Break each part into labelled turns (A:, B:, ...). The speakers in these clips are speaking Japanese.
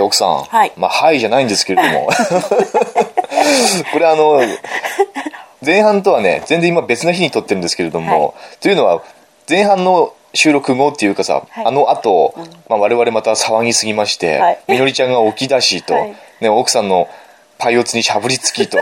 A: 奥さん。
B: はい
A: まあ、はいじゃないんですけれ ども。これあの、前半とはね、全然今別の日に撮ってるんですけれども、というのは、前半の収録後っていうかさ、
B: はい
A: あの後、まあ、我々また騒ぎすぎまして、
B: はい
A: みのりちゃんが起き出しと、
B: はい
A: ね、奥さんのパイオツにしゃぶりつ きと。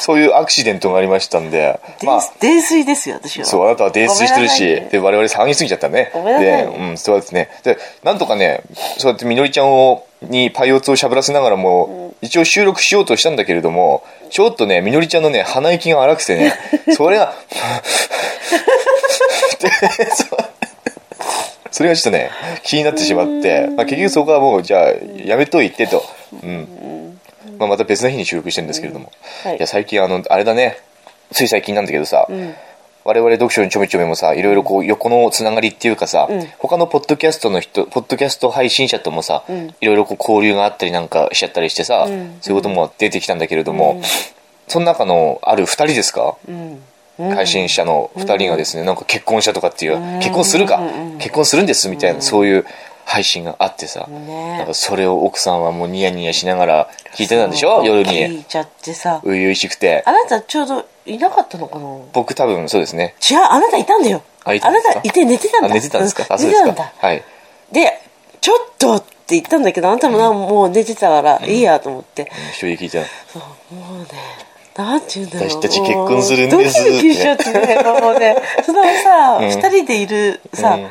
A: そういうアクシデントがありましたんで、まあ、
B: 泥酔ですよ私は
A: そう、あなたは泥酔してるし、
B: ごめんな
A: で、我
B: さいね
A: 々騒ぎすぎちゃったね。
B: ごめんなさいね
A: で、うん、そうですね。で、なんとかね、そうやってみのりちゃんを、にパイオツをしゃぶらせながらも、一応収録しようとしたんだけれども、ちょっとね、みのりちゃんのね、鼻息が荒くて ね、それが、 でそうそれがちょっとね、気になってしまって、まあ、結局そこはもう、じゃあ、やめといてと。うん。まあ、また別の日に収録してるんですけれども。
B: はい
A: いや、最近、あの、あれだね、つい最近なんだけどさ、
B: ん
A: 我々読書にちょめちょめもさいろいろこう横のつながりっていうかさ、
B: うん
A: 他のポッドキャストの人ポッドキャスト配信者ともさ、
B: ん
A: いろいろこう交流があったりなんかしちゃったりしてさ、
B: ん
A: そういうことも出てきたんだけれども、その中のある2人ですか、
B: うん
A: 配信者の2人がですね、なんか結婚したとかっていう、結婚するか、結婚するんですみたいな、そういう配信があってさ、
B: ね
A: なんかそれを奥さんはもうニヤニヤしながら聞いてたんでしょ
B: そう
A: 夜
B: 聞
A: に
B: いちゃってさ
A: 初々しくて
B: あなたちょうどいなかったのかな
A: 僕多分そうですね
B: 違うあなたいたんだよ
A: あいたんで
B: な
A: すか
B: たいて寝てたん
A: あ
B: だ
A: 寝てたんですか、
B: う
A: あそう
B: 寝
A: で
B: て
A: す
B: たん
A: か
B: だ
A: はい
B: でちょっとって言ったんだけどあなたもな、もう寝てたからいいやと思って、
A: 一人で聞いてた
B: そうもうねなんて言うんだろう
A: 私たち結婚するんです
B: もうドキドキしちゃってねもうねそのさ二、人でいるさ、
A: うんうん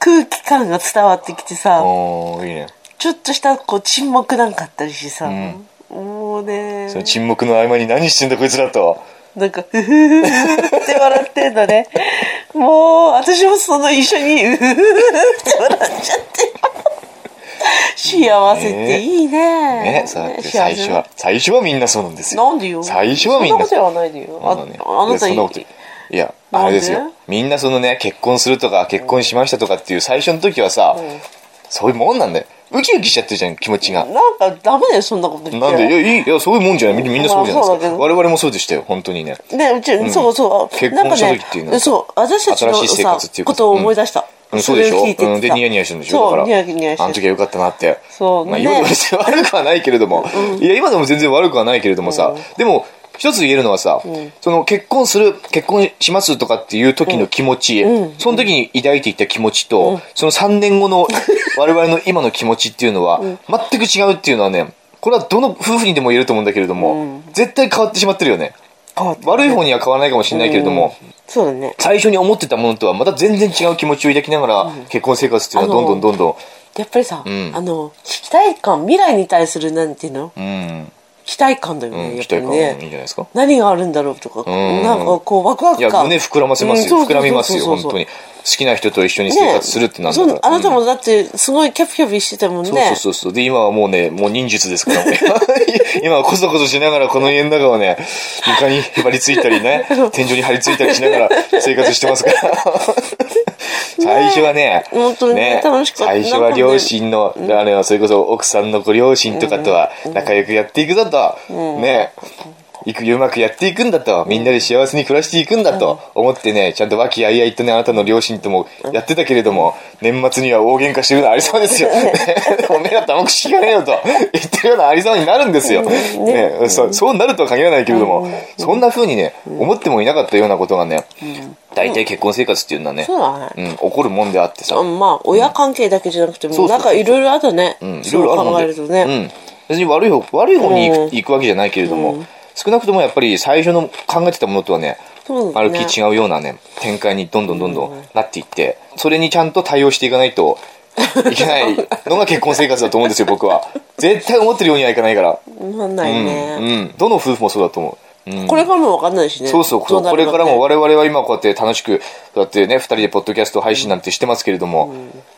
B: 空気感が伝わってきてさ、
A: おーいいね
B: ちょっとしたこう沈黙なんかあったりしてさ、
A: ん
B: もうね
A: その沈黙の合間に何してんだこいつらと
B: なんか、うふふふって笑ってんだね。もう、私もその一緒に、うふふふって笑っちゃって。幸せっていいね。
A: ねそうやって最初は。最初はみんなそうなんですよ
B: なんでよ。
A: 最初はみんな
B: そんなことはないでよ。あ
A: あのね
B: あなた
A: いやそんなこといやあれです
B: なん
A: よ
B: で
A: みんなそのね結婚するとか結婚しましたとかっていう最初の時はさ、
B: ん
A: そういうもんなんだよウキウキしちゃってるじゃん気持ちが
B: なんかダメだよ、そんなこと言って。
A: なんでいやいいいやそういうもんじゃないみみんなそうじゃない
B: ま
A: で
B: あそうだ
A: す
B: け
A: か
B: ど
A: 我々もそうでしたよ本当にね
B: ね、うち、そうそう。
A: 結婚した時っていうのは
B: なんかねそう、私たちの
A: 新しい生
B: さ
A: 活っていうか
B: ことを思い出した。
A: うんそうでし
B: れを
A: ょ
B: 聞いててさ
A: うん、でニヤニヤしてるんでし
B: そ
A: ょだ
B: う
A: から
B: ニヤニヤして
A: あの時は良かったなって
B: そう
A: まあ、
B: ね
A: 今でも別に悪くはないけれども、いや今でも全然悪くはないけれどもさ、でも一つ言えるのはさ、その結婚する結婚しますとかっていう時の気持ち、その時に抱いていた気持ちと、その3年後の 我々の今の気持ちっていうのは、全く違うっていうのはねこれはどの夫婦にでも言えると思うんだけれども、絶対変わってしまってるよね
B: 変わった
A: 悪い方には変わらないかもしれないけれども、
B: そうだね。
A: 最初に思ってたものとはまた全然違う気持ちを抱きながら結婚生活っていうのは
B: あ
A: ど
B: の
A: んどんどんど
B: やっぱりさ、
A: ん
B: あの、期待感、未来に対するなんていうの
A: ん、うん
B: 期待感だよ
A: うん、
B: ね、やっ
A: 期
B: ぱ
A: 待
B: り
A: 感いいんじゃない
B: ね。
A: ですか
B: 何があるんだろうとか、
A: ん
B: なんかこう、ワクワ
A: い
B: ク
A: や
B: 感。
A: 胸膨らませますよ、
B: うん
A: 膨らみますよ
B: そう
A: 本
B: そうそ
A: 当
B: うそう
A: に好きな人と一緒に生活するってなんだから、
B: ねそうあなた
A: うん
B: もだって、すごいキャピキャピしてたもん
A: そ
B: ね。
A: うそうそうそうで今はもうねもう忍術です からもう今はこそこそしながらこの家の中をね床にへばりついたり ね天井に張り付いたりしながら生活してますから最初はね
B: 本当にね楽しかった
A: 最初は両親の、あれはそれこそ奥さんのご両親とかとは仲良くやっていくぞと、ねいくうまくやっていくんだとみんなで幸せに暮らしていくんだと思ってねちゃんと和気あいあいとねあなたの両親ともやってたけれども年末には大喧嘩してるのありそうですよ ねおめえら黙く聞かねえよと言ってるようなありそうになるんですよ、ねそうそうなるとは限らないけれどもそんな風にね思ってもいなかったようなことがね大体結婚生活っていうのはね、
B: そうだね
A: うん、起こるもんであってさ
B: あまあ、親関係だけじゃなくて、
A: そ
B: も
A: うそう
B: う
A: そう
B: なんかいろいろあったね。
A: うんい
B: そ
A: ろいうろあるの
B: 考
A: で
B: えるとね。
A: うん、別に悪い方悪い方に行
B: う
A: く,、わけじゃないけれども、少なくともやっぱり最初の考えてたものとはね
B: そうだ
A: ま
B: ね
A: るっきり違うようなね展開にどんどんどんどんなっていってそれにちゃんと対応していかないといけないのが結婚生活だと思うんですよ僕は絶対思ってるようにはいかないから、
B: なんない
A: うん
B: ね。
A: うん、どの夫婦もそうだと思う
B: これからもわかんないしね。
A: そうそうそう、
B: どな
A: これ
B: るか
A: からも
B: ね
A: 我々は今こうやって楽しく、そうやってね、二人でポッドキャスト配信なんてしてますけれども、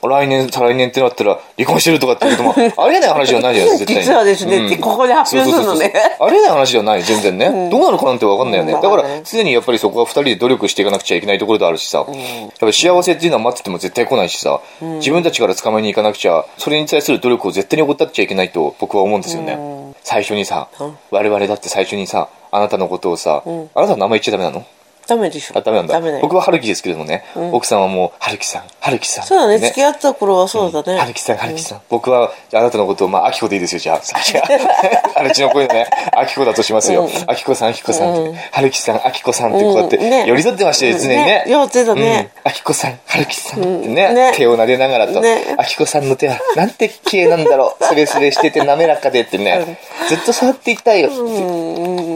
A: 来年、再来年ってなったら離婚してるとかってことも、ありえない話じゃないじゃないですか、絶対に。
B: 実はですねってここで発表するのね
A: そうそうそうそうありえない話じゃない、全然ね。どうなるかなんてわかんないよね。
B: うん
A: だか
B: まあ
A: ら
B: ね、
A: 常にやっぱりそこは二人で努力していかなくちゃいけないところであるしさ、やっぱり幸せっていうのは待ってても絶対来ないしさ、自分たちから捕まえに行かなくちゃ、それに対する努力を絶対に怠っちゃいけないと僕は思うんですよね。最初にさ、我々だって最初にさ、あなたのことをさ、あなたの名前言っちゃダメなの
B: ダメでしょ
A: あダメなんだ
B: ダメだよ
A: 僕は春樹ですけれどもね、奥さんはもう春樹さん春樹さん
B: そうだね付き合った頃はそうだね、
A: 春樹さん春樹さん、僕はあなたのことをまあ秋子でいいですよ じゃあさっきはあれうちの声のね秋子だとしますよ、秋子さん秋子さんって、春樹さん秋子さんってこうやって
B: うんね
A: 寄り添ってましたよ、常にね
B: 寄ってたね、
A: うん、秋子さん春樹さんってね,、
B: うんね
A: 手を撫でながらと、
B: ね
A: 秋子さんの手はなんて綺麗なんだろうスレスレしてて滑らかでってね、ずっと触っていきたいよ、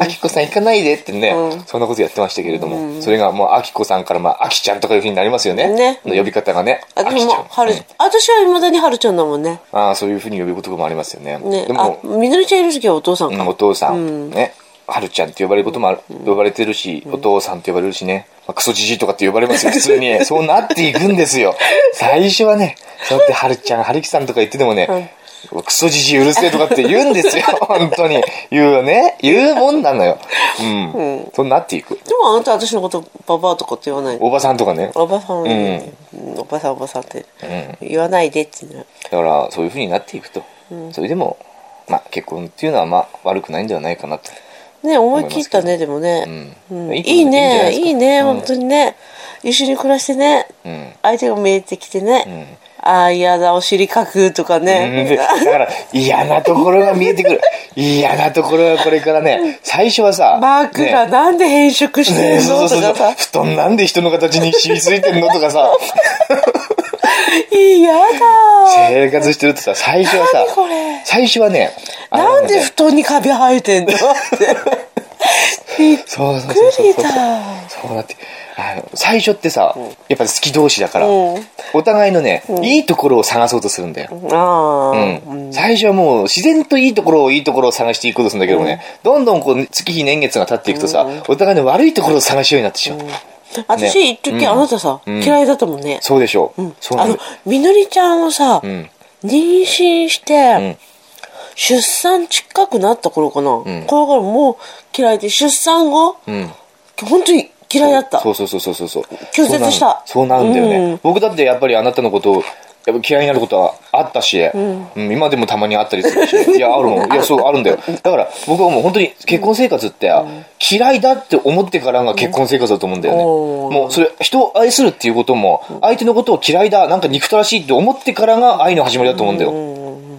A: あきこさん行かないでってね、そんなことやってましたけれども、それがもうあきこさんから、まあ、あきちゃんとかいうふうになりますよね。
B: ね
A: の呼び方がね。
B: あ
A: あき
B: で
A: ちゃ
B: も
A: ん。
B: 春、私はいまだに春ちゃんだもんね
A: ああ、そういうふうに呼ぶこともありますよね。
B: ね
A: でも、
B: あみのりちゃんいる時はお父さん
A: う
B: か、
A: んお父さん、ね。はるちゃんって呼ばれることもある、呼ばれてるし、お父さんって呼ばれるしね、まあ、クソじじいとかって呼ばれますよ、普通 に。そうなっていくんですよ。最初はね、そうやってはるちゃん、はるきさんとか言っててもね、クソじじいうるせえとかって言うんです よ、本当に。言うよね。言うもんなのよ。うん。そうなっていく。
B: でもあなた私のことババアとかって言わない
A: おばさんとかね。
B: おばさん、うんおばさんおばさんって言わないでってね
A: だから、そういうふうになっていくと。それでも、まあ、結婚っていうのは、まあ、悪くないんではないかなと。
B: ね思い切ったねでもね、
A: うん
B: うん
A: い
B: い
A: いこと
B: いね
A: い
B: い
A: い
B: い
A: んじゃないですか
B: ね本当にね、一緒に暮らしてね、
A: ん
B: 相手が見えてきてね、ああ嫌だお尻かくとか
A: うん
B: ね
A: で、だから、嫌なところが見えてくる。嫌なところがこれからね、最初は さ、
B: 枕
A: ね
B: なんで変色して
A: ね
B: る
A: そ
B: の
A: うそ
B: と
A: うそう
B: かさ
A: 布団なんで人の形に染みついてんのとか さ、
B: 「嫌だ
A: 生活してるとさ、最初はさ
B: 何これ、
A: 最初はね、あれ
B: な
A: だ
B: ん
A: よ
B: で
A: ね
B: 布団にカビ生え てんの?」ってびっく
A: そうそうそうそう
B: びっくりだ
A: そうだってあの最初ってさ、やっぱ好き同士だから、
B: うん
A: お互いのね、いいところを探そうとするんだよ、
B: りああ、
A: うん、最初はもう自然といいところをいいところを探していこうとするんだけどもね、どんどんこう月日年月が経っていくとさ、お互いの悪いところを探しようになってしまう、
B: 私
A: ね
B: 一時、あなたさ、
A: ん
B: 嫌いだったもんね
A: そうでしょう、そうな
B: あ
A: んだ
B: の
A: よ
B: みのりちゃんをさ、
A: ん
B: 妊娠して、出産近くなった頃かな、これからもう嫌いで出産後、
A: ん
B: 本当に嫌いだった
A: そうそうそうそうそうそう
B: 拒絶した
A: そうなんだよね、
B: う
A: 僕だってやっぱりあなたのことをやっぱ嫌いになることはあったし、うん今でもたまにあったりする しいやあるもんいやそうあるんだよだから僕はもう本当に結婚生活って嫌いだって思ってからが結婚生活だと思うんだよね、
B: うん
A: もうそれ人を愛するっていうことも相手のことを嫌いだなんか憎たらしいって思ってからが愛の始まりだと思うんだよ、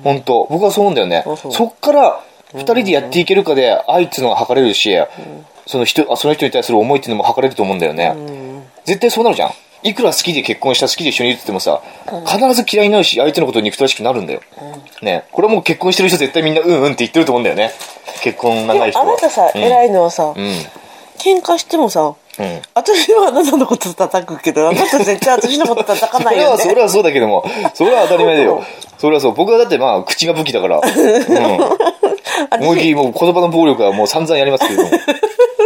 A: 本当僕はそう思うんだよね
B: そう
A: そっから2人でやっていけるかで愛っていうのが測れるし、その人あその人に対する思いっていうのも測れると思うんだよね、絶対そうなるじゃんいくら好きで結婚した好きで一緒にいるって言ってもさ、必ず嫌いになるし相手のことを憎たらしくなるんだよ、ねこれはもう結婚してる人絶対みんなうんうんって言ってると思うんだよね結婚
B: で
A: 長い人
B: あ
A: は
B: なたさ、
A: うん
B: 偉いのはさ、
A: うん
B: 喧嘩してもさ
A: うん
B: 私はあなたのこと叩くけどあなた絶対私のこと叩か
A: そ
B: ない
A: れ
B: よ
A: はそ
B: ね
A: れはそうだけどもそれは当たり前だよ それはそう僕はだってまあ口が武器だ から、うん、思いっきりもう言葉の暴力はもう散々やりますけれども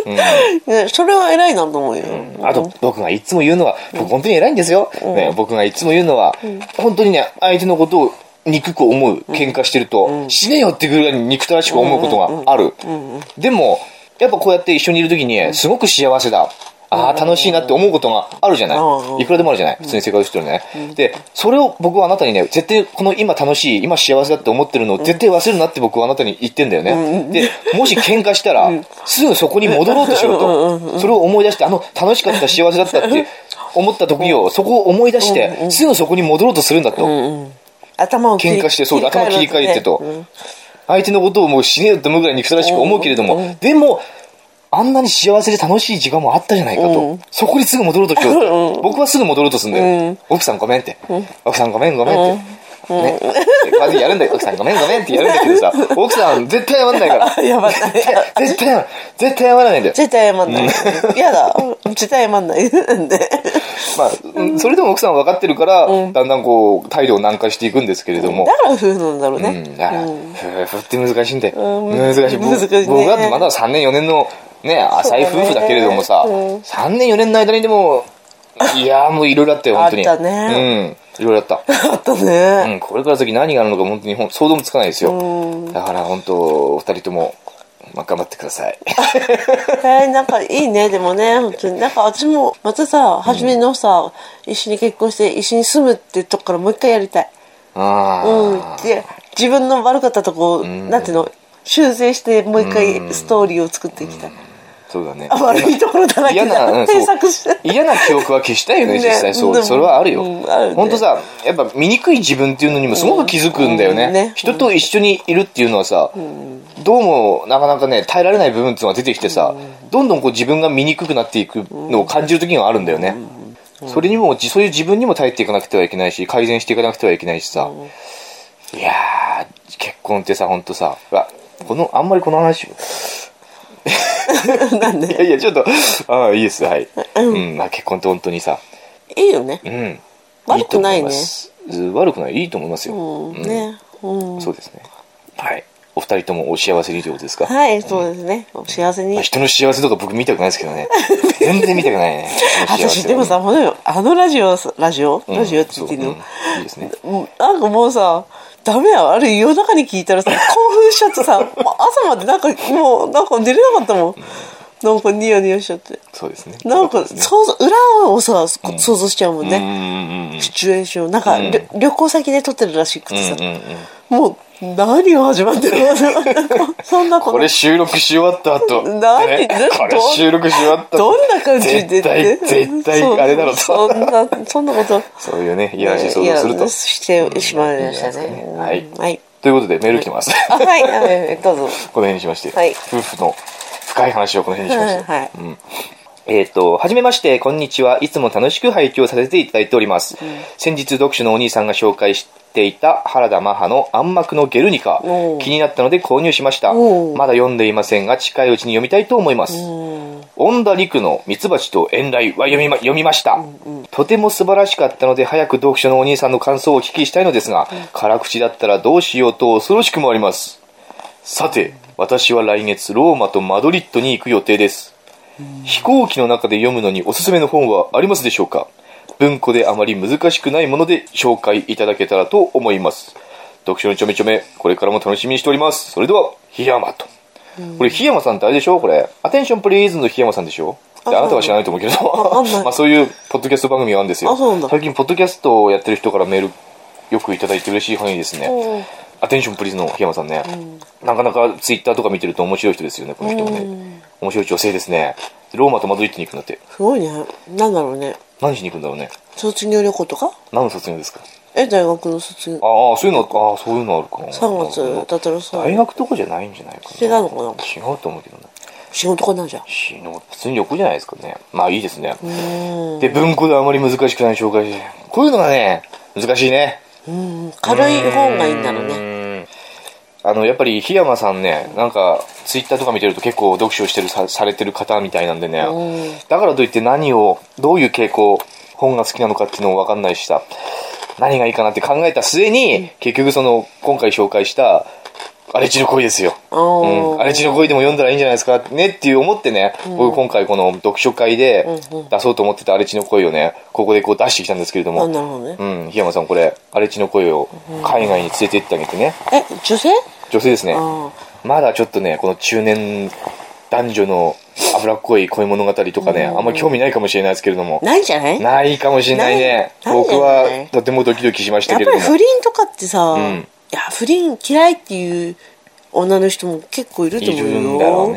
B: ねそれは偉いなと思うよ、
A: あと、僕がいつも言うのは、僕本当に偉いんですよ。ね、僕がいつも言うのは、本当にね、相手のことを憎く思う、喧嘩してると、死ねよってぐらいに憎たらしく思うことがある。でも、やっぱこうやって一緒にいる時に、すごく幸せだ。ああ、楽しいなって思うことがあるじゃ
B: うん
A: な
B: う
A: い。
B: ん
A: いくらでもあるじゃない。普通に生活してるね。で、それを僕はあなたにね、絶対この今楽しい、今幸せだって思ってるのを絶対忘れるなって僕はあなたに言ってんだよね。で、もし喧嘩したら、すぐそこに戻ろうとしろと。それを思い出して、あの楽しかった、幸せだったって思った時を、そこを思い出して、すぐそこに戻ろうとするんだと。
B: 頭を切り
A: 喧嘩してそうだ頭切り替えてと
B: うん
A: 相手のことをもう死ねよって思うぐらい憎たらしく思うけれども、でも、あんなに幸せで楽しい時間もあったじゃないかと。そこにすぐ戻ろうとしようって。僕はすぐ戻ろうとするんだよ。奥さんごめんって。奥さんごめんごめんって。ね、こうやってやるんだよ奥さんごめんごめんってやるんだけどさ奥さん絶対謝ん ないから
B: あやばい
A: 絶対絶対絶対謝らないんだよ
B: 絶対謝んない嫌だ絶対謝んないで
A: まあ、うんそれでも奥さんは分かってるから、だんだんこう態度を軟化していくんですけれども、
B: だから夫婦なんだろう
A: う
B: ね、
A: ん、だから夫婦って難しいんで、
B: うん
A: 難しい僕
B: 難しいね
A: 僕だってまだ3年4年のね浅い夫婦だけれどもさ、
B: そうだねう
A: 3年4年の間にで もいやーもういろいろあったよ本当に
B: あったね
A: うんいろいろあった
B: あったね、
A: うん、これから先何があるのか本当にほん想像もつかないですよ、だから本当お二人とも、まあ、頑張ってくだ さい
B: えーなんかいいねでもね本当になんか私もまたさ初めのさ、一緒に結婚して一緒に住むってとこからもう一回やりたい、
A: あ
B: うん、
A: あ、
B: で自分の悪かったとこを、なんていうの修正してもう一回ストーリーを作っていきたい、
A: そうだね
B: あ悪いところだらけ
A: 嫌
B: だ、
A: な、うん、
B: 添
A: そう
B: 削して
A: 嫌な記憶は消したいよね
B: ね
A: 実際そう
B: でも
A: それはあるよ、
B: うんあるね
A: ほんとさやっぱ醜い自分っていうのにもすごく気づくんだよね,、
B: うんね
A: 人と一緒にいるっていうのはさ、どうもなかなかね耐えられない部分っていうのが出てきてさ、どんどんこう自分が醜くなっていくのを感じる時があるんだよね、それにもじそういう自分にも耐えていかなくてはいけないし改善していかなくてはいけないしさ、いやー結婚ってさほんとさうわこのあんまりこの話
B: なん
A: いや
B: で
A: いや、ちょっと、ああ、いいです、はい。うん、まあ、結婚って本当にさ、
B: いいよね
A: うん。
B: 悪くない
A: いいと思い
B: ね
A: ますうん悪くない、いいと思いますよ。
B: うん
A: うん
B: ねうん
A: そうですね。はい。お二人ともお幸せにということですか、
B: はいそうですねお幸せ
A: まあ
B: に
A: 人の幸せとか僕見たくないですけど ね。全然見たくないね。人の幸せ
B: 私でもさほんとよあのラジオさラジオ
A: うん
B: ラジオって言っていい
A: そう
B: の
A: うんいいですね。
B: うんなんかもうさダメやあれ夜中に聞いたらさ興奮しちゃって さもう朝までなんかもうなんか寝れなかったもんなんかニヤニヤしちゃって
A: そうですね。
B: なん
A: そ
B: か
A: うですね
B: 想像裏をさこ想像しちゃうもん
A: うんう
B: ね
A: んうんうん
B: シチュエーションなんか
A: うん
B: 旅旅行先で撮ってるらしくてさ
A: うんうんうん
B: もう何が始まってるの そんなこ
A: ことれ収録し終わった後
B: 何
A: ね
B: ど
A: これ収録し終わった後
B: どんな感じで
A: 絶対絶対あれだろうと
B: そそんなそんなこと
A: そういうねいやらしい想像する
B: いや
A: と
B: してしまいましたね
A: うんはい
B: うんはい
A: ということでメール来てます
B: あはいはいどうぞ
A: この辺にしまして、
B: はい
A: 夫婦の深い話をこの辺にしまして、
B: はいはい
A: うんえっ、と、はじめまして、こんにちは。いつも楽しく拝聴させていただいております。先日、読書のお兄さんが紹介していた原田マハの暗幕のゲルニカ
B: お、う
A: 気になったので購入しました。
B: おう
A: まだ読んでいませんが、近いうちに読みたいと思います。恩田陸のミツバチと遠雷は読みま読みました、とても素晴らしかったので早く読書のお兄さんの感想をお聞きしたいのですが、辛口だったらどうしようと恐ろしくもありますさて私は来月ローマとマドリッドに行く予定です、飛行機の中で読むのにおすすめの本はありますでしょうか文庫であまり難しくないもので紹介いただけたらと思います読書のちょめちょめこれからも楽しみにしておりますそれでは檜山とこれ檜山さんってあれでしょこれアテンションプリーズの檜山さんでしょで
B: あ
A: あなたは知らないと思うけ
B: わかんな
A: ど
B: い
A: まあそういうポッドキャスト番組があるんですよ
B: あそうなんだ
A: 最近ポッドキャストをやってる人からメールよくいただいて嬉しい範囲です
B: おう
A: ねアテンションプリーズの檜山さんね、なかなかツイッターとか見てると面白い人ですよねこの人もね、面白い女性ですねローマとマドリッドに行くんだって
B: すごいねなんだろうね
A: 何しに行くんだろうね
B: 卒業旅行とか
A: 何の卒業ですか
B: え大学の卒業
A: ああそういうのああそういうのあるかな
B: 3月だったらさ
A: 大学とかじゃないんじゃないかな
B: 違うのかな
A: 違うと思うけどね
B: 仕事かなんじゃん
A: 死の普通に横じゃないですかねまあいいですねで文庫であまり難しくない紹介こういうのがね難しいね
B: うん軽い本がいいんだろうね
A: ねあのやっぱり檜山さんねなんかツイッターとか見てると結構読書してるさされてる方みたいなんでねだからといって何をどういう傾向本が好きなのかっていうのも分かんないしさ何がいいかなって考えた末に結局その今回紹介した「荒地の恋」ですよ
B: あー
A: うん、荒地の恋でも読んだらいいんじゃないですかねっていう思ってね、僕今回この読書会で出そうと思ってた荒地の恋をねここでこう出してきたんですけれど
B: あ
A: も、
B: なるほどね
A: うん、檜山さんこれ荒地の恋を海外に連れて行ってあげてね
B: え女性
A: 女性ですね
B: あ
A: まだちょっとねこの中年男女の脂っこい恋物語とかねあんまり興味ないかもしれないですけれども
B: ないんじゃないやっ
A: ないかもしれないね
B: ないないん
A: 僕
B: じゃない
A: はとてもドキドキしました
B: ぱ
A: けれど
B: り
A: も
B: 不倫とかってさ
A: ん
B: いや不倫嫌いっていう女の人も結構いると
A: い
B: 思うよ
A: るんだろう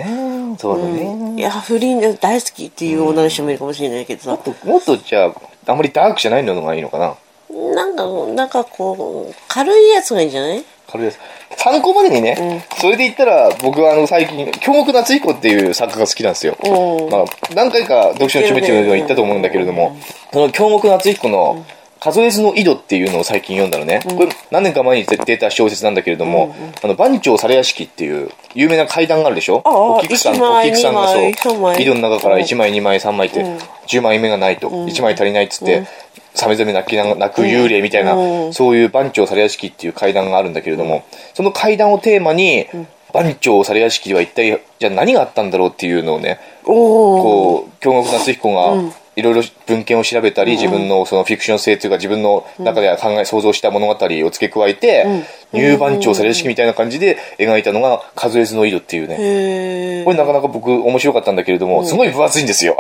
A: ねそうだね、
B: うんいや不倫大好きっていう女の人もいるかもしれないけどさ
A: もっとじゃああんまりダークじゃないのがいいのかな
B: なんかなんかこう軽いやつがいいんじゃない
A: 軽いです参考までにね、それで言ったら僕はあの最近京極夏彦っていう作家が好きなんですよ、
B: うん
A: まあ、何回か読書のちょめちょめでは言ったと思うんだけれども、その京極夏彦の「数えずの井戸」っていうのを最近読んだのね、これ何年か前に出た小説なんだけれども、あの番長皿屋敷っていう有名な階段があるでしょ
B: ああ
A: お菊さん
B: 一枚
A: お菊さんがそう
B: 二枚三枚
A: 井戸の中から1枚2枚3枚って10枚目がないと1枚足りないっつってさめざめ泣きな泣く幽霊みたいなそういう番長皿屋敷っていう階段があるんだけれどもその階段をテーマに番長皿屋敷では一体じゃあ何があったんだろうっていうのをね
B: おお
A: こう京極夏彦がいろいろ文献を調べたり自分のそのフィクション性というか自分の中では考え想像した物語を付け加えて入番長皿屋敷みたいな感じで描いたのが「数えずの井戸」っていうね
B: へえ
A: これなかなか僕面白かったんだけれどもすごい分厚いんですよ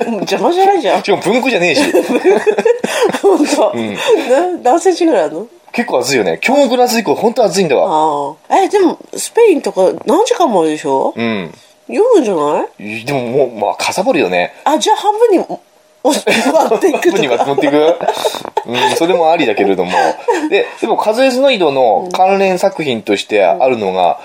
B: 邪魔じゃないじゃん
A: しかも文庫じゃねえし
B: 本当、な何センチぐらいあるの
A: 結構熱いよね京極夏彦ほんと熱いんだわ
B: ああえでもスペインとか何時間もあるでしょ
A: うん
B: 読むんじゃない
A: いでももう、まあ、かさばるよね。
B: あじゃあ半分におお割っていく
A: 半分に割
B: と
A: っ
B: か
A: ていくうん、それもありだけれども。で、でも、カズエズノイドの関連作品としてあるのが、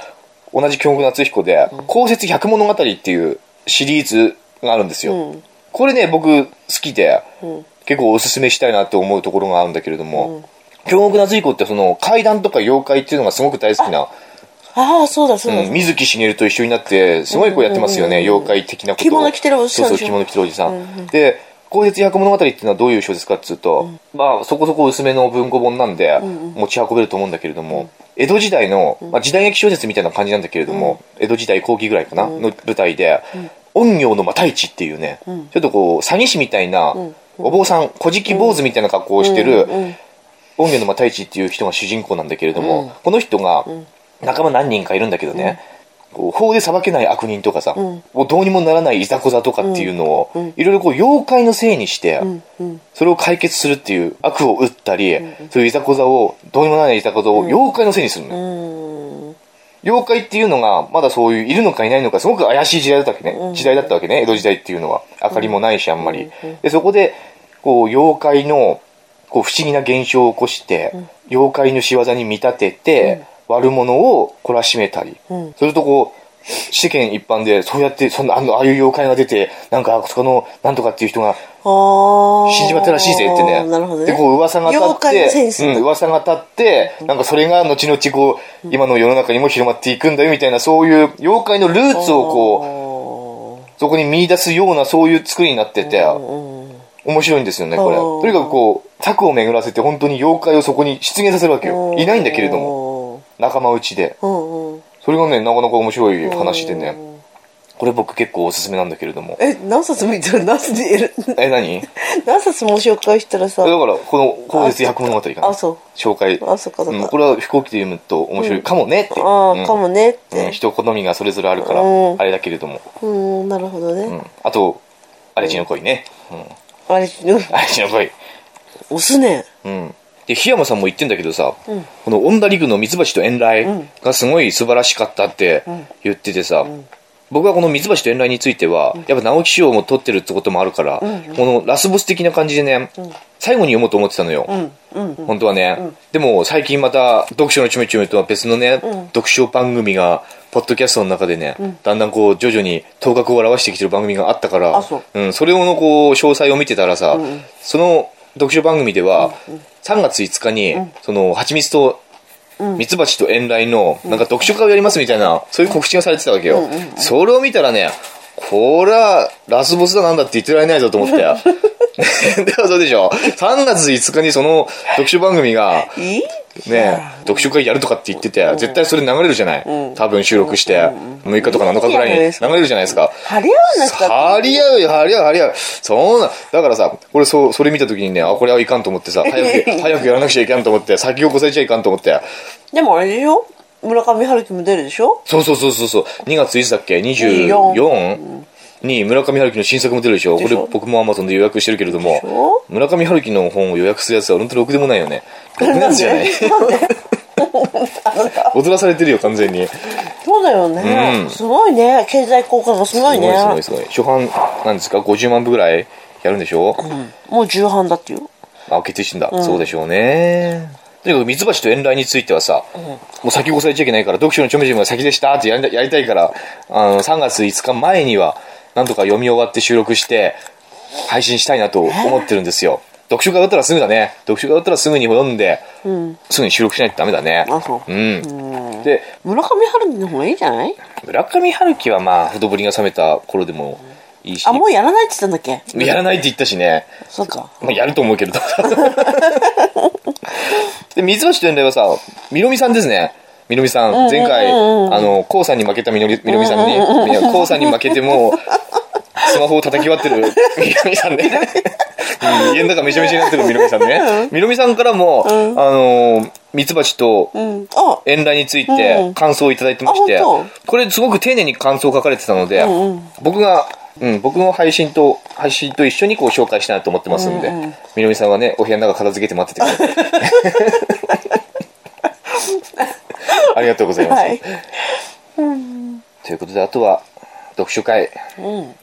A: 同じ京極夏彦で、公説百物語っていうシリーズがあるんですよ。
B: うん
A: これね、僕、好きで、
B: ん
A: 結構おすすめしたいなと思うところがあるんだけれども、京極夏彦ってその、怪談とか妖怪っていうのがすごく大好きな、
B: ああそうだそうだ、
A: うん、水木しげると一緒になってすごいこうやってますよね、妖怪的なことを
B: 着物着てるおじさん
A: そう
B: で
A: そう
B: しょ
A: 着物着てるおじさん、で「公設百物語」っていうのはどういう小説かっつうと、まあそこそこ薄めの文庫本なんで持ち運べると思うんだけれども、江戸時代の、まあ、時代劇小説みたいな感じなんだけれども、江戸時代後期ぐらいかな、の舞台で「陰陽の又市」っていうね、ちょっとこう詐欺師みたいな、お坊さん小じき坊主みたいな格好をしてる、音源の又市っていう人が主人公なんだけれども、この人が仲間何人かいるんだけどね、こう法で裁けない悪人とかさ、もうどうにもならないいざこざとかっていうのを、いろいろこう妖怪のせいにして、それを解決するっていう悪を打ったり、そういういざこざをどうにもならないいざこざを妖怪のせいにするのよ、妖怪っていうのがまだそういういるのかいないのかすごく怪しい時代だったわけね時代だったわけね江戸時代っていうのは明かりもないしあんまりでそこでこう妖怪のこう不思議な現象を起こして妖怪の仕業に見立てて悪者を懲らしめたり
B: ん
A: それとこう世間一般でそうやってそんなあのああいう妖怪が出てなんかあそこのなんとかっていう人が
B: ああ
A: 死んじまったらしいぜってね。
B: なるほどね
A: で、こう噂が立
B: 妖
A: っ
B: 怪のセン
A: て、
B: ス、
A: うん、噂が立って、なんかそれが後々こう、今の世の中にも広まっていくんだよみたいな、そういう妖怪のルーツをこ
B: こ
A: う、そこに見出すようなそういう作りになってて、
B: うんうん
A: 面白いんですよね、これ。
B: あ
A: と
B: ー
A: にかくこう、策を巡らせて本当に妖怪をそこに出現させるわけよ。いないんだけれども、
B: も
A: 仲間内で。
B: うんうん
A: それがね、なかなか面白い話でね、これ僕結構おすすめなんだけれども。
B: え何冊見たら何冊言える
A: え、何だか
B: 何冊も紹介したらさ
A: ら、この、後日百物語かな。
B: あそう
A: 紹介。
B: あそっかそっか
A: うんこれは飛行機で読むと面白いかもねって。
B: あ
A: うん
B: あかもねっ
A: う
B: て
A: ん、人好みがそれぞれあるから、
B: うん
A: あれだけれども、
B: うんなるほど
A: う
B: ね
A: ん、あと「アレジの恋ね」うん「ア
B: あれ
A: レジの恋
B: 押すね」
A: うんで檜山さんも言ってんだけどさ、この「オンダリグのミツバチと遠雷」がすごい素晴らしかったって言っててさ、僕はこのミツバチと遠雷については、やっぱ直木賞も取ってるってこともあるから、このラスボス的な感じでね、最後に読もうと思ってたのよ、
B: うんうんうん
A: 本当はね、でも最近また読書のちょめちょめとは別のね、読書番組がポッドキャストの中でね、だんだんこう徐々に頭角を現してきてる番組があったから、
B: あそうん
A: それをのこう詳細を見てたらさ、その読書番組では、3月5日に、その蜂蜜とミツバチと遠雷のなんか読書会をやりますみたいな、そういう告知がされてたわけよ、それを見たらねこりゃラスボスだなんだって言ってられないぞと 思ったよでもそうでしょ3月5日にその読書番組が
B: いい
A: ね読書会やるとかって言ってて絶対それ流れるじゃない、多分収録して6日とか7日ぐらいに流れるじゃないですか
B: 張り合わなくた
A: 張り合うよ張り合う張り合うそうなだからさ俺そうそれ見た時にねあこれはいかんと思ってさ早 く早くやらなくちゃいかんと思って先を越されちゃいかんと思って
B: でもあれでしょ村上春樹も出るでしょ
A: そうそうそうそうそう2月いつだっけ 24? に村上春樹の新作も出るでしょ
B: でしょ
A: これ僕も Amazon で予約してるけれど
B: でし
A: も
B: ょ
A: 村上春樹の本を予約するやつは本当にろくでもないよねろくなやつじゃ ない踊らされてるよ完全にす
B: そうだよね、
A: うん
B: すごいね経済効果がすご
A: ご
B: い
A: い
B: ね
A: すごいすごい初版なんですか50万部ぐらいやるんでしょ、
B: もう重版だってよ
A: あ決定してんだ、そうでしょうねとにかくミツバチと遠雷についてはさ、もう先越されちゃいけないから読書のちょめちょめが先でしたってやりたやりたいからあの3月5日前にはなんとか読み終わって収録して配信したいなと思ってるんですよ、読書が終わったらすぐだね読書が終わったらすぐに読んで、すぐに収録しないとダメだね、
B: あそうん
A: で
B: 村上春樹の方がいいじゃない
A: 村上春樹はまあほとぼりが冷めた頃でもいいし
B: あもうやらないって言ったんだっけ
A: やらないって言ったしね
B: そうか
A: まあ、やると思うけれど。 で、水橋と遠雷はさ、みろみさんですね。みろみさん、前回、あの、こうさんに負けたみのりみろみさんに、いやこうさんに負けてもう、スマホを叩き割ってるみろみさんね。うん家の中めちゃめちゃになってるみろみさんね。みろみさんからも、あの、ミツバチと
B: うんあ
A: 遠雷についうて
B: ん
A: 感想をいただいてまして、
B: あ本
A: これすごく丁寧に感想を書かれてたので、
B: んうん
A: 僕が、うん、僕の配信と配信と一緒にこう紹介したいなと思ってますんで、みのみさんはねお部屋の中片付けて待っててく ださいありがとうございます、
B: はい
A: ということであとは読書会、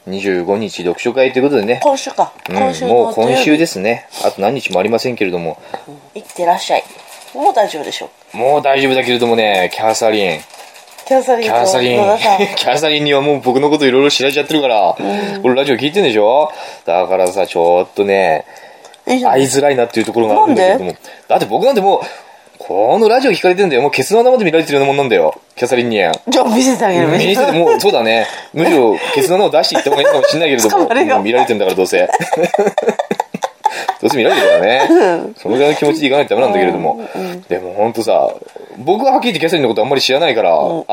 A: 25日読書会ということでね、
B: 今週か
A: うん
B: 今週の
A: もう今週
B: で
A: ですねあと何日もありませんけれども
B: 生きてらっしゃいもう大丈夫でしょう
A: もう大丈夫だけれどもねキャサリン
B: キャサリ ン
A: キ
B: と
A: ャサリン
B: 野田さん
A: キャサリンにはもう僕のこといろいろ知られちゃってるから、俺ラジオ聞いてんでしょだからさちょっとね
B: いいじゃん
A: 会いづらいなっていうところがあるんだけれどもだって僕なんてもうこのラジオ聞かれてるんだよもうケツの穴まで見られてるようなもんなんだよキャサリンに。
B: じゃあ見せてあげれば
A: 見
B: いい
A: せててもうそうだねむしろケツの穴を出していった方がいいかもしれないけれど
B: 捕まる
A: も
B: よ
A: もう見られてんだからどうせ どうせ見られてるからねそのぐらいの気持ちでいかないとダメなんだけれども、でもほんとさ僕ははっきり言ってキャサリンのことあんまり知らないから、あの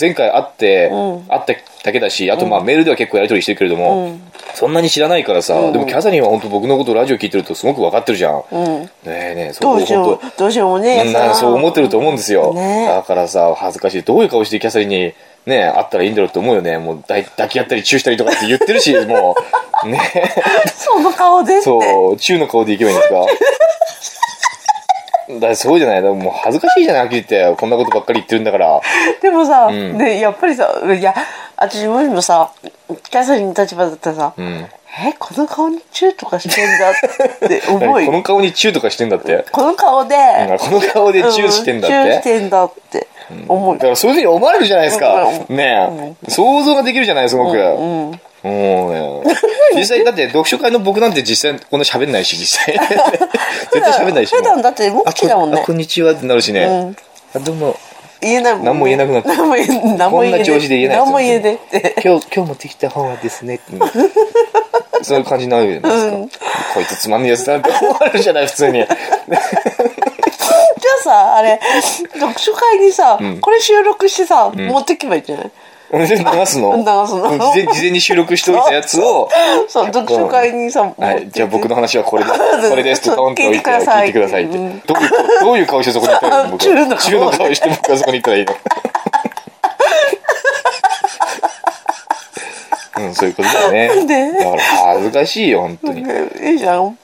A: 前回会って、会っただけだしあとまあメールでは結構やり取りしてるけれども、そんなに知らないからさ、でもキャサリンは本当僕のことラジオ聞いてるとすごく分かってるじゃん、ねえねえそ
B: ど
A: こ
B: うしよ
A: 本
B: う
A: 当
B: どうしようもね
A: み
B: え
A: んな
B: さ
A: そう思ってると思うんですよ、
B: ね
A: だからさ恥ずかしいどういう顔してキャサリンにね会ったらいいんだろうって思うよねもう抱い抱き合ったりチューしたりとかって言ってる しもうね
B: その顔でって
A: そうチューの顔でいけばいいんですかだからそうじゃないだからもう恥ずかしいじゃないはっきり言ってこんなことばっかり言ってるんだから
B: でもさ、
A: ん
B: ねやっぱりさいや私ももさキャサリンの立場だったらさ、
A: ん
B: えこの顔にチューとかしてんだって思
A: 何
B: い
A: この顔にチューとかしてんだって、
B: この顔で、
A: うんこの顔でチューしてんだっ
B: うんチュ
A: て
B: ーし、てんだって思う、
A: だからそういうふうに思われるじゃないですか
B: う
A: ねえ想像ができるじゃないすごく
B: ん
A: もうね実際だって読書会の僕なんて実際こんな喋んないし実 際絶対喋んないし
B: 普
A: も
B: 段
A: う
B: だって無
A: あ
B: 口だもん
A: こ
B: ね
A: あこんにちはってなるしねあどうも
B: 言えないもん、ね、
A: 何も言えなくなった
B: 何も言え何も
A: こ
B: 言
A: ん
B: えね
A: な調子で言えない
B: 何も言えねえって
A: 今日今日持ってきた本はです ねそういう感じになるじゃないですか、こいつつまんねえやつだなって思われるじゃない普 通に
B: じゃあさあれ読書会にさ、これ収録してさ、持ってけばいいんじゃない
A: 流すの
B: 流すの
A: 事前事前に収録しておいたやつ を
B: そう読書会にさ、
A: は
B: 持って
A: い、
B: て
A: じゃあ僕の話はこ れです
B: う。ん
A: これですとポンと置いて
B: 聞いてください
A: 聞いてくださいって。どういうどういう顔してそこに行ったらいいの僕
B: チューの
A: は。
B: 顔
A: チューの顔して僕はそこに行ったら いいの。うん、そういうことだよね。
B: ね
A: だから恥ずかしいよ、本当に。
B: ねいいじゃん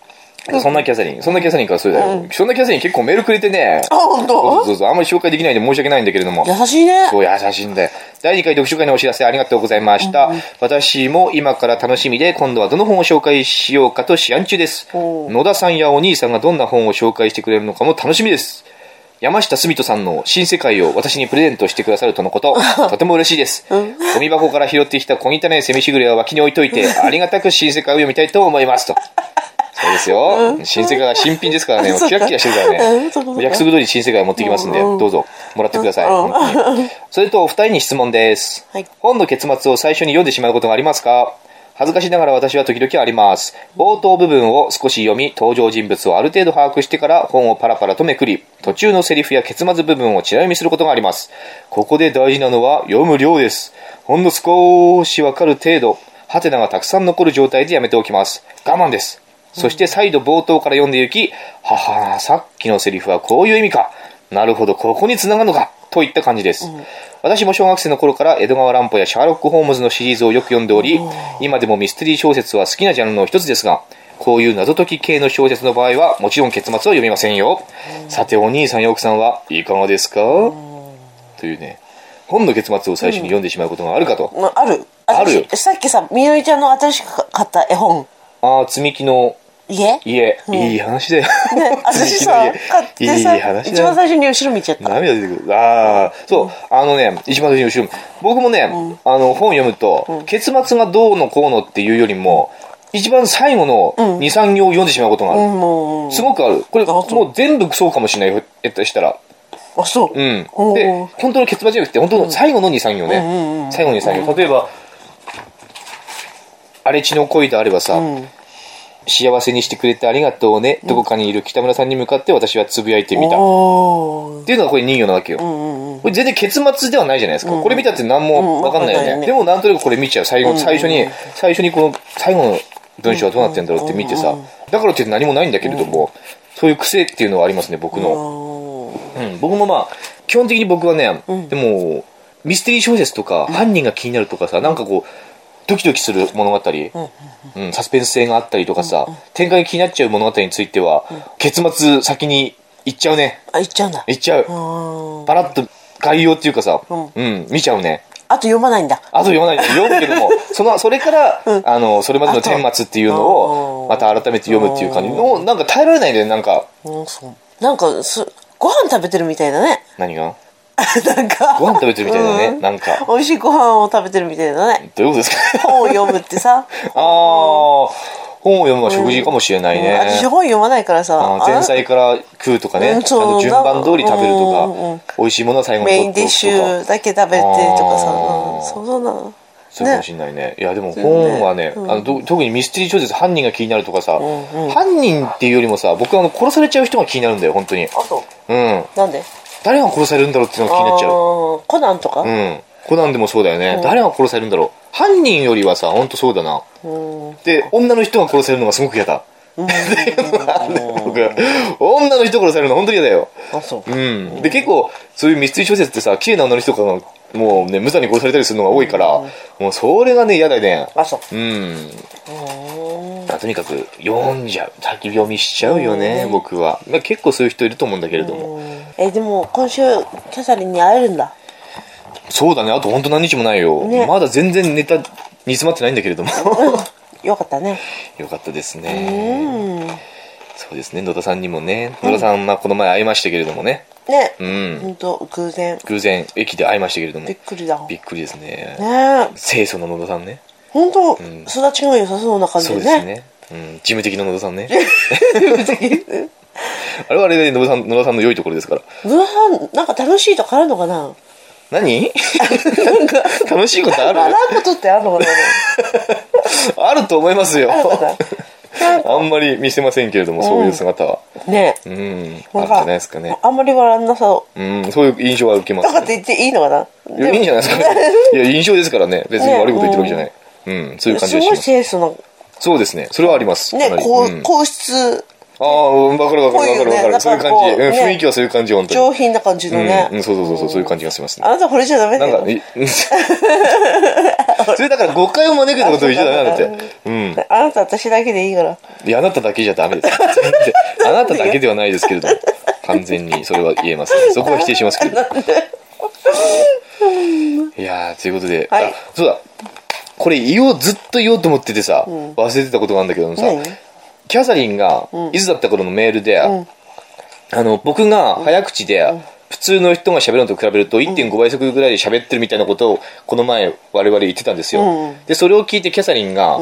B: あ
A: そんなキャサリン、そんなキャサリンからそうだよ。そんなキャサリン結構メールくれてね。
B: 本
A: そう
B: 当
A: そうそう、あんまり紹介できないんで申し訳ないんだけれども。
B: 優しいね
A: そう、優しいんだよ。第2回読書会のお知らせありがとうございました。私も今から楽しみで、今度はどの本を紹介しようかと試案中です。
B: おう
A: 野田さんやお兄さんがどんな本を紹介してくれるのかも楽しみです。山下澄人さんの新世界を私にプレゼントしてくださるとの こと、とても嬉しいです。ゴミ箱から拾ってきた小汚いセミシグレは脇に置いとい て、ありがたく新世界を読みたいと思いますと。そうですよ。新世界は新品ですから ね、キラキラしてるから
B: うん
A: ね
B: そうかそう。か
A: 約束通り新世界を持ってきますんで、どうぞ、もらってください。
B: うん
A: 本当にそれとお二人に質問です、
B: はい
A: 本の結末を最初に読んでしまうことがありますか恥ずかしながら私は時々あります冒頭部分を少し読み登場人物をある程度把握してから本をパラパラとめくり途中のセリフや結末部分をチラ読みすることがありますここで大事なのは読む量ですほんの少しわかる程度ハテナがたくさん残る状態でやめておきます我慢ですそして再度冒頭から読んでいき、ははさっきのセリフはこういう意味か。なるほど、ここに繋がるのか。といった感じです。私も小学生の頃から江戸川乱歩やシャーロック・ホームズのシリーズをよく読んでおり、今でもミステリー小説は好きなジャンルの一つですが、こういう謎解き系の小説の場合は、もちろん結末は読みませんよ。さて、お兄さんや奥さんはいかがですかというね、本の結末を最初に読んでしまうことがあるかと。
B: まある
A: あるよ
B: 私さっきさみのりちゃんの新しく買った絵本
A: ああ、積み木の
B: 家
A: 家、いい話だよ。
B: ね、 私 さ
A: 積み木の家
B: 買ってさ
A: いい話
B: 一
A: だよ
B: 番最初に後ろ見ちゃった
A: 涙出てくるああそうあのね一番最初に後ろ僕もね、あの本読むと、結末がどうのこうのっていうよりも一番最後の23、行を読んでしまうことがある、
B: うんもう
A: すごくあるこれ
B: あそう
A: もう全部そうかもしれないえっとしたら
B: あそう
A: う
B: うんお
A: で
B: ー
A: 本当の結末じゃなくて本当の最後の23行ね、最後の23行例えば「荒地の恋」であればさ、
B: ん
A: 幸せにしてくれてありがとうね、どこかにいる北村さんに向かって私はつぶやいてみた
B: おー
A: っていうのがこれ人魚なわけよ、これ全然結末ではないじゃないですか、これ見たって何も分かんないよね,、
B: うんうんわかんないね
A: でもなんとなくこれ見ちゃう最後、最初に最初にこの最後の文章はどうなってんだろうって見てさ、だからって何もないんだけれども、そういう癖っていうのはありますね僕の、
B: おー
A: うん僕もまあ基本的に僕はね、でもミステリー小説とか犯人が気になるとかさ、なんかこうドキドキする物語、うんサスペンス性があったりとかさ、展開が気になっちゃう物語については、結末先に行っちゃうね
B: あ行っちゃうんだ
A: 行っちゃう、
B: あー
A: パラッと概要っていうかさ、
B: ん
A: うん、見ちゃうね。
B: あと読まないんだ
A: あと読まないで読むけ どもそのそれから、あのそれまでの顛末っていうのを
B: あ
A: また改めて読むっていう感じもうなんか耐えられないんだよなんか
B: うんそうなんかすご飯食べてるみたいだね
A: 何が
B: なんか
A: ご飯食べてるみたいだね
B: うん
A: なんか
B: 美味しいご飯を食べてるみたいだね
A: どういうことですか
B: 本を読むって さ、
A: ああ本を読むのは食事かもしれない
B: うん私
A: ね
B: 本読まないからさ
A: あー前菜から食うとか
B: う
A: ね
B: ん
A: ちゃん
B: そ
A: と
B: う
A: 順番通り食べると
B: うんうんうん
A: か美味しいものは最後
B: メイ
A: に
B: ン
A: 取
B: ディッ
A: っ
B: シ
A: ておくと
B: ュ
A: か
B: だけ食べてとかさ、
A: あー
B: うんそうだな
A: そうかも
B: ね
A: しれないねいやでも本はね、あのと特にミステリー小説犯人が気になるとかさ、犯人っていうよりもさ僕はあの殺されちゃう人が気になるんだよ本当に
B: あと
A: うん
B: なんで
A: 誰が殺されるんだろうっていうのが気になっちゃう
B: あーコナンとか、
A: うんコナンでもそうだよね、誰が殺されるんだろう犯人よりはさ本当そうだな
B: うん
A: で女の人が殺されるのがすごく嫌だっていうのがあるんだよ僕女の人殺されるの本当に嫌だよ
B: あそう
A: うん、で結構そういうミステリー小説ってさ綺麗な女の人とかがもうね無残に殺されたりするのが多いから、もうそれがね嫌だね
B: あそ
A: う
B: う
A: ん
B: うん
A: まあとにかく読んじゃう先読みしちゃうよね、僕は、まあ、結構そういう人いると思うんだけれども、
B: えでも今週キャサリンに会えるんだ
A: そうだねあと本当何日もないよ、
B: ね
A: まだ全然ネタ煮詰まってないんだけれども
B: よかったね
A: よかったです
B: う
A: ね、
B: ん
A: そうですね野田さんにもね野田さん、まあ、この前会いましたけれどもね
B: ね
A: うん
B: ほんと偶然
A: 偶然駅で会いましたけれども
B: びっくりだ
A: びっくりですね
B: ね
A: 清楚な野田さんね
B: 本当、
A: ん
B: 育ちが良さそうな感じ
A: そう
B: で
A: で
B: ね
A: すね。うん、事務的な野田さん ね。あれはあれで野田さん、野田さんの良いところですから。
B: 野田さんなんか楽しいとかあるのかな
A: 何 楽しいことある
B: 笑うことってあるのかな
A: あると思いますよ。
B: なんか
A: あんまり見せませんけれども、そういう姿は。
B: ね
A: うん、あ
B: な
A: るんじ
B: ん
A: ゃないですかね。
B: あんまり笑んなさ
A: うん、そういう印象は受けま
B: と
A: す
B: か
A: ね、
B: って言っていいのかない
A: いやいいんじゃないですかね。いや、印象ですからね。別に悪いこと言ってるわけじゃない。うん、そういう感じ
B: す
A: がし
B: ご
A: ま
B: い
A: す。
B: 清楚な
A: そうですね。それはあります。
B: ね
A: かなり
B: こ
A: う
B: うん皇室
A: ああ、うんわかるわかるわかるわか
B: こういうね
A: る。そういう感
B: なんか
A: じ。
B: こう
A: うん
B: ね
A: 雰囲気はそういう感じ、本当に。
B: 上品な感じのね、
A: うんうん、そうそうそうそう、そういう感じがしますね。
B: あなた惚れちゃダメだ
A: な
B: よ
A: んか、 いそれだから誤解を招くようなこと言っちゃダメなんだ って。うん。
B: あなた私だけでいいから
A: いや、あなただけじゃダメ です。全然あなただけではないですけれども、完全にそれは言えますね。そこは否定し ますけど。いやー、ということで、
B: はい
A: あ、そうだ。これ言おう、ずっと言おうと思っててさ、忘れてたことがあるんだけどもさ、
B: 何
A: キャサリンが、いつだった頃のメールで、あの、僕が早口で、普通の人が喋るのと比べると1.5倍速ぐらいで喋ってるみたいなことをこの前我々言ってたんですよ、
B: うん
A: でそれを聞いてキャサリンが、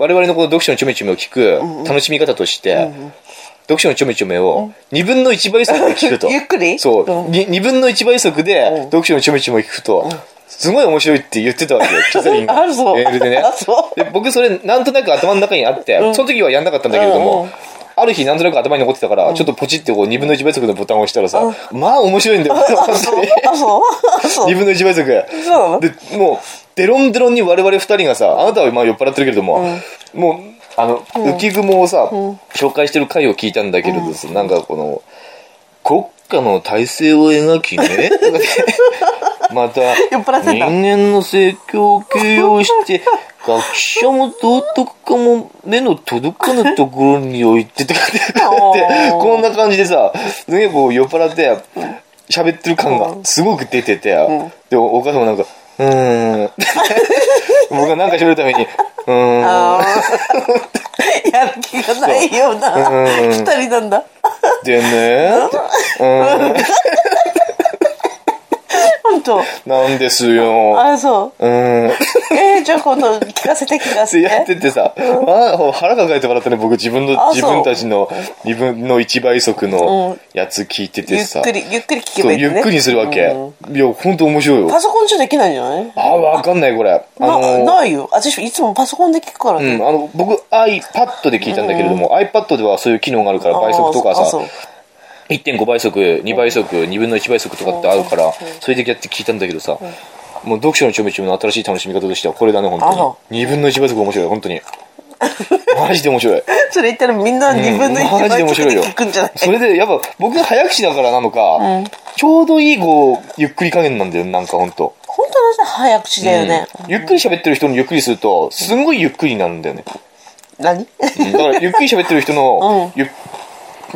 A: 我々のこの読書のちょめちょめを聞く楽しみ方として、読書のちょめちょめを2分の1倍速で聞くと
B: ゆっくり
A: そう、
B: うん
A: に2分の1倍速で読書のちょめちょめを聞くと、すごい面白いって言ってたわけ よ、キャサリンが
B: あそう
A: メールでね
B: あそう
A: で僕それなんとなく頭の中にあって、その時はやんなかったんだけれども、
B: うんうん
A: ある日なんとなく頭に残ってたから、ちょっとポチってこう2分の1倍速のボタンを押したらさ、まあ面白いんだよ、
B: あそうあそうあそう
A: 2分の1倍速
B: そうなの
A: でもうデロンデロンに我々2人がさあなたはまあ酔っ払ってるけれども、もうあの、浮雲をさ、紹介してる回を聞いたんだけれどさ、なんかこの国家の体制を描きね また
B: 酔っ払って
A: 人
B: た
A: 間の成教を形容 して学者も道徳家も目の届かぬところに置いてとかって
B: お
A: って
B: ー
A: こんな感じでさすげえこう酔っ払って喋ってる感がすごく出てて、でお母さんもなんか「うーん」 僕がなんか喋るために「うーん」
B: あー やる気がないような
A: うん
B: 二人なんだ
A: でねうーん
B: 本当
A: なんですよ
B: あそう
A: うーん」
B: えー、じゃあ今度聞かせて聞
A: っ
B: か
A: て
B: せ
A: やってててさ、あー腹抱えて笑ったね僕自分の
B: あ
A: 自
B: そう
A: 分たちの2分の1倍速
B: う
A: の
B: ん
A: やつ聞いて
B: ゆ
A: て
B: っ
A: さ
B: くりゆっくり聞け
A: そ
B: ば
A: う
B: いいんだ
A: ゆ
B: ね
A: っくりするわけ、
B: うん
A: いや本当面白いよ
B: パソコンじゃできないんじゃない
A: あー分かんないこれあのー
B: なないよ私いつもパソコンで聞くから
A: う
B: ね、
A: ん、あの僕 iPad で聞いたんだけれども、iPad ではそういう機能があるから倍速とか
B: あそう
A: さ
B: あ
A: 1.5倍速2倍速2分の1倍速とかってあるからそれでやって聞いたんだけどさもう読書のちょめちょめの新しい楽しみ方としてはこれだね本
B: あそ
A: 当に2分の1倍速面白い本 当にマジで面白い
B: それ言ったらみんな2分の
A: うんマジ
B: 1
A: で
B: 倍
A: 面
B: とか
A: 白い
B: で
A: よ
B: 聞くんじゃない
A: それでやっぱ僕が早口だからなのか、ちょうどいいこうゆっくり加減なんだよなんか本当
B: 本当のさ早口だよね、
A: ゆっくり喋ってる人にゆっくりするとすんごいゆっくりになるんだよね
B: 何
A: だからゆっくり喋ってる人の
B: う
A: ゆ、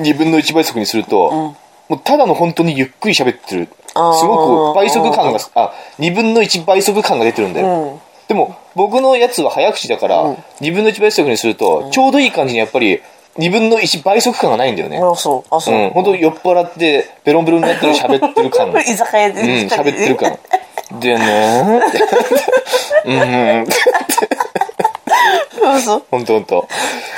A: 2分の1倍速にすると、もうただの本当にゆっくり喋ってる
B: あー
A: すごく倍速感があ2分の1倍速感が出てるんだよ、でも僕のやつは早口だから、2分の1倍速にするとちょうどいい感じにやっぱり2分の1倍速感がないんだよね、
B: あそうあそう、
A: うん、本当酔っ払ってベロンベロンになってる喋ってる 感うん
B: 居酒屋で二人
A: 喋っ
B: で
A: てる感でねーうん
B: そうそう
A: 本当本 当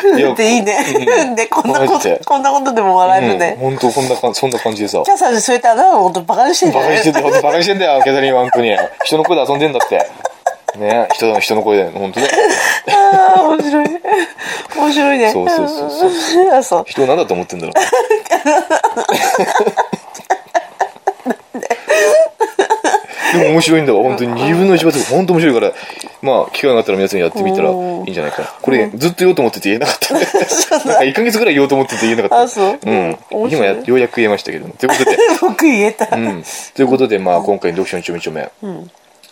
B: ふんっていいね、 でこんなこ
A: マジで
B: とこんなことでも笑えるね、
A: 本当こんな感じそんな感じでさ
B: キャサリンそうやってあなたのことバカにしてんじ
A: バ
B: ゃ
A: カ
B: な
A: に
B: い
A: してんだよバカにしてんだよケタリンは本当に人の声で遊んでんだってね人の人の声で本当だよ
B: あー面白いね面白いね
A: そうそうそうそう
B: あそう
A: 人を何だと思ってんだろうでも面白いんだわ本当に2分の1倍とか本当面白いからまあ機会があったら皆さんやってみたらいいんじゃないかなこれずっと言おうと思ってて言えなかったねなんか1ヶ月ぐらい言おうと思ってて言えなかった
B: あそう
A: うん
B: 面白
A: 今
B: い
A: やようやく言えましたけどもということで
B: 僕言えた、
A: うん、ということで、まあ、今回の読書の一丁目一丁目、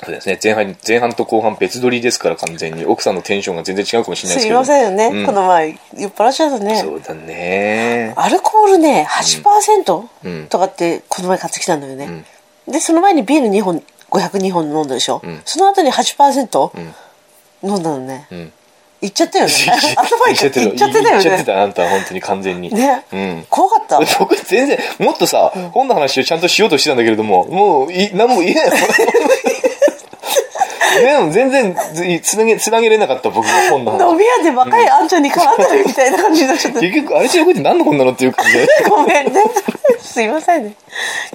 A: そうですね前半前半と後半別撮りですから完全に奥さんのテンションが全然違うかもしれないです
B: す
A: け
B: い
A: ど
B: ませんよね、
A: うん
B: この前酔っ払っちゃったね
A: そうだね
B: アルコール
A: う
B: ね
A: ん
B: 8%とかってこの前買ってきたんだよね、でその前にビール2本502本飲んだでしょ、
A: ん
B: その後に8%、飲んだのね、
A: う
B: 行
A: ん
B: っちゃった よね 頭いっちゃって行っちゃってた
A: 言っちゃっ
B: よ
A: て
B: ね
A: たあんた本当に完全に
B: ね、
A: うん
B: 怖かった
A: 僕全然もっとさ、本の話をちゃんとしようとしてたんだけれどももうい何も言えない でも全然つなげつなげれなかった僕が本の話
B: 飲み屋で若いあんちゃんに絡んでるみたいな感じになっ ちゃった
A: 結局あれしらこいって何の本なのっていう感じ で
B: ごめんねすいませんね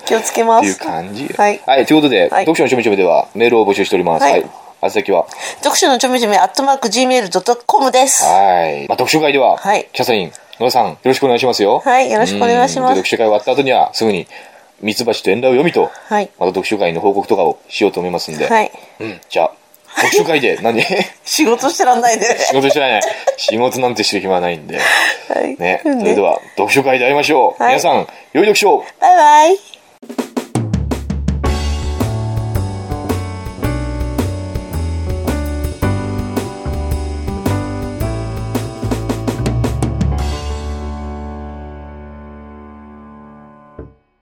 B: 気をつけま
A: っていう
B: す
A: 感じよ
B: はい
A: ということで、
B: はい
A: 読書のちょめちょめではメールを募集しております。は。
B: はいい
A: あ先は、
B: 読書のちょめちょめアットマーク Gmail.com です
A: はい。まあ、読書会では、
B: はい
A: キャサリン、野田さん、よろしくお願いしますよ。
B: はいよろしくお願いします
A: うんで読書会終わった後には、すぐに、ミツバチと縁談を読みと、
B: はい
A: また読書会の報告とかをしようと思いますんで、
B: はい
A: うん。じゃあ、読書会で 何、
B: 仕事してらんないね、
A: 仕事してない。仕事なんてしてる暇はないんで。
B: はい
A: ね。それでは、読書会で会いましょう。
B: はい
A: 皆さん、良い読書を
B: バイバイ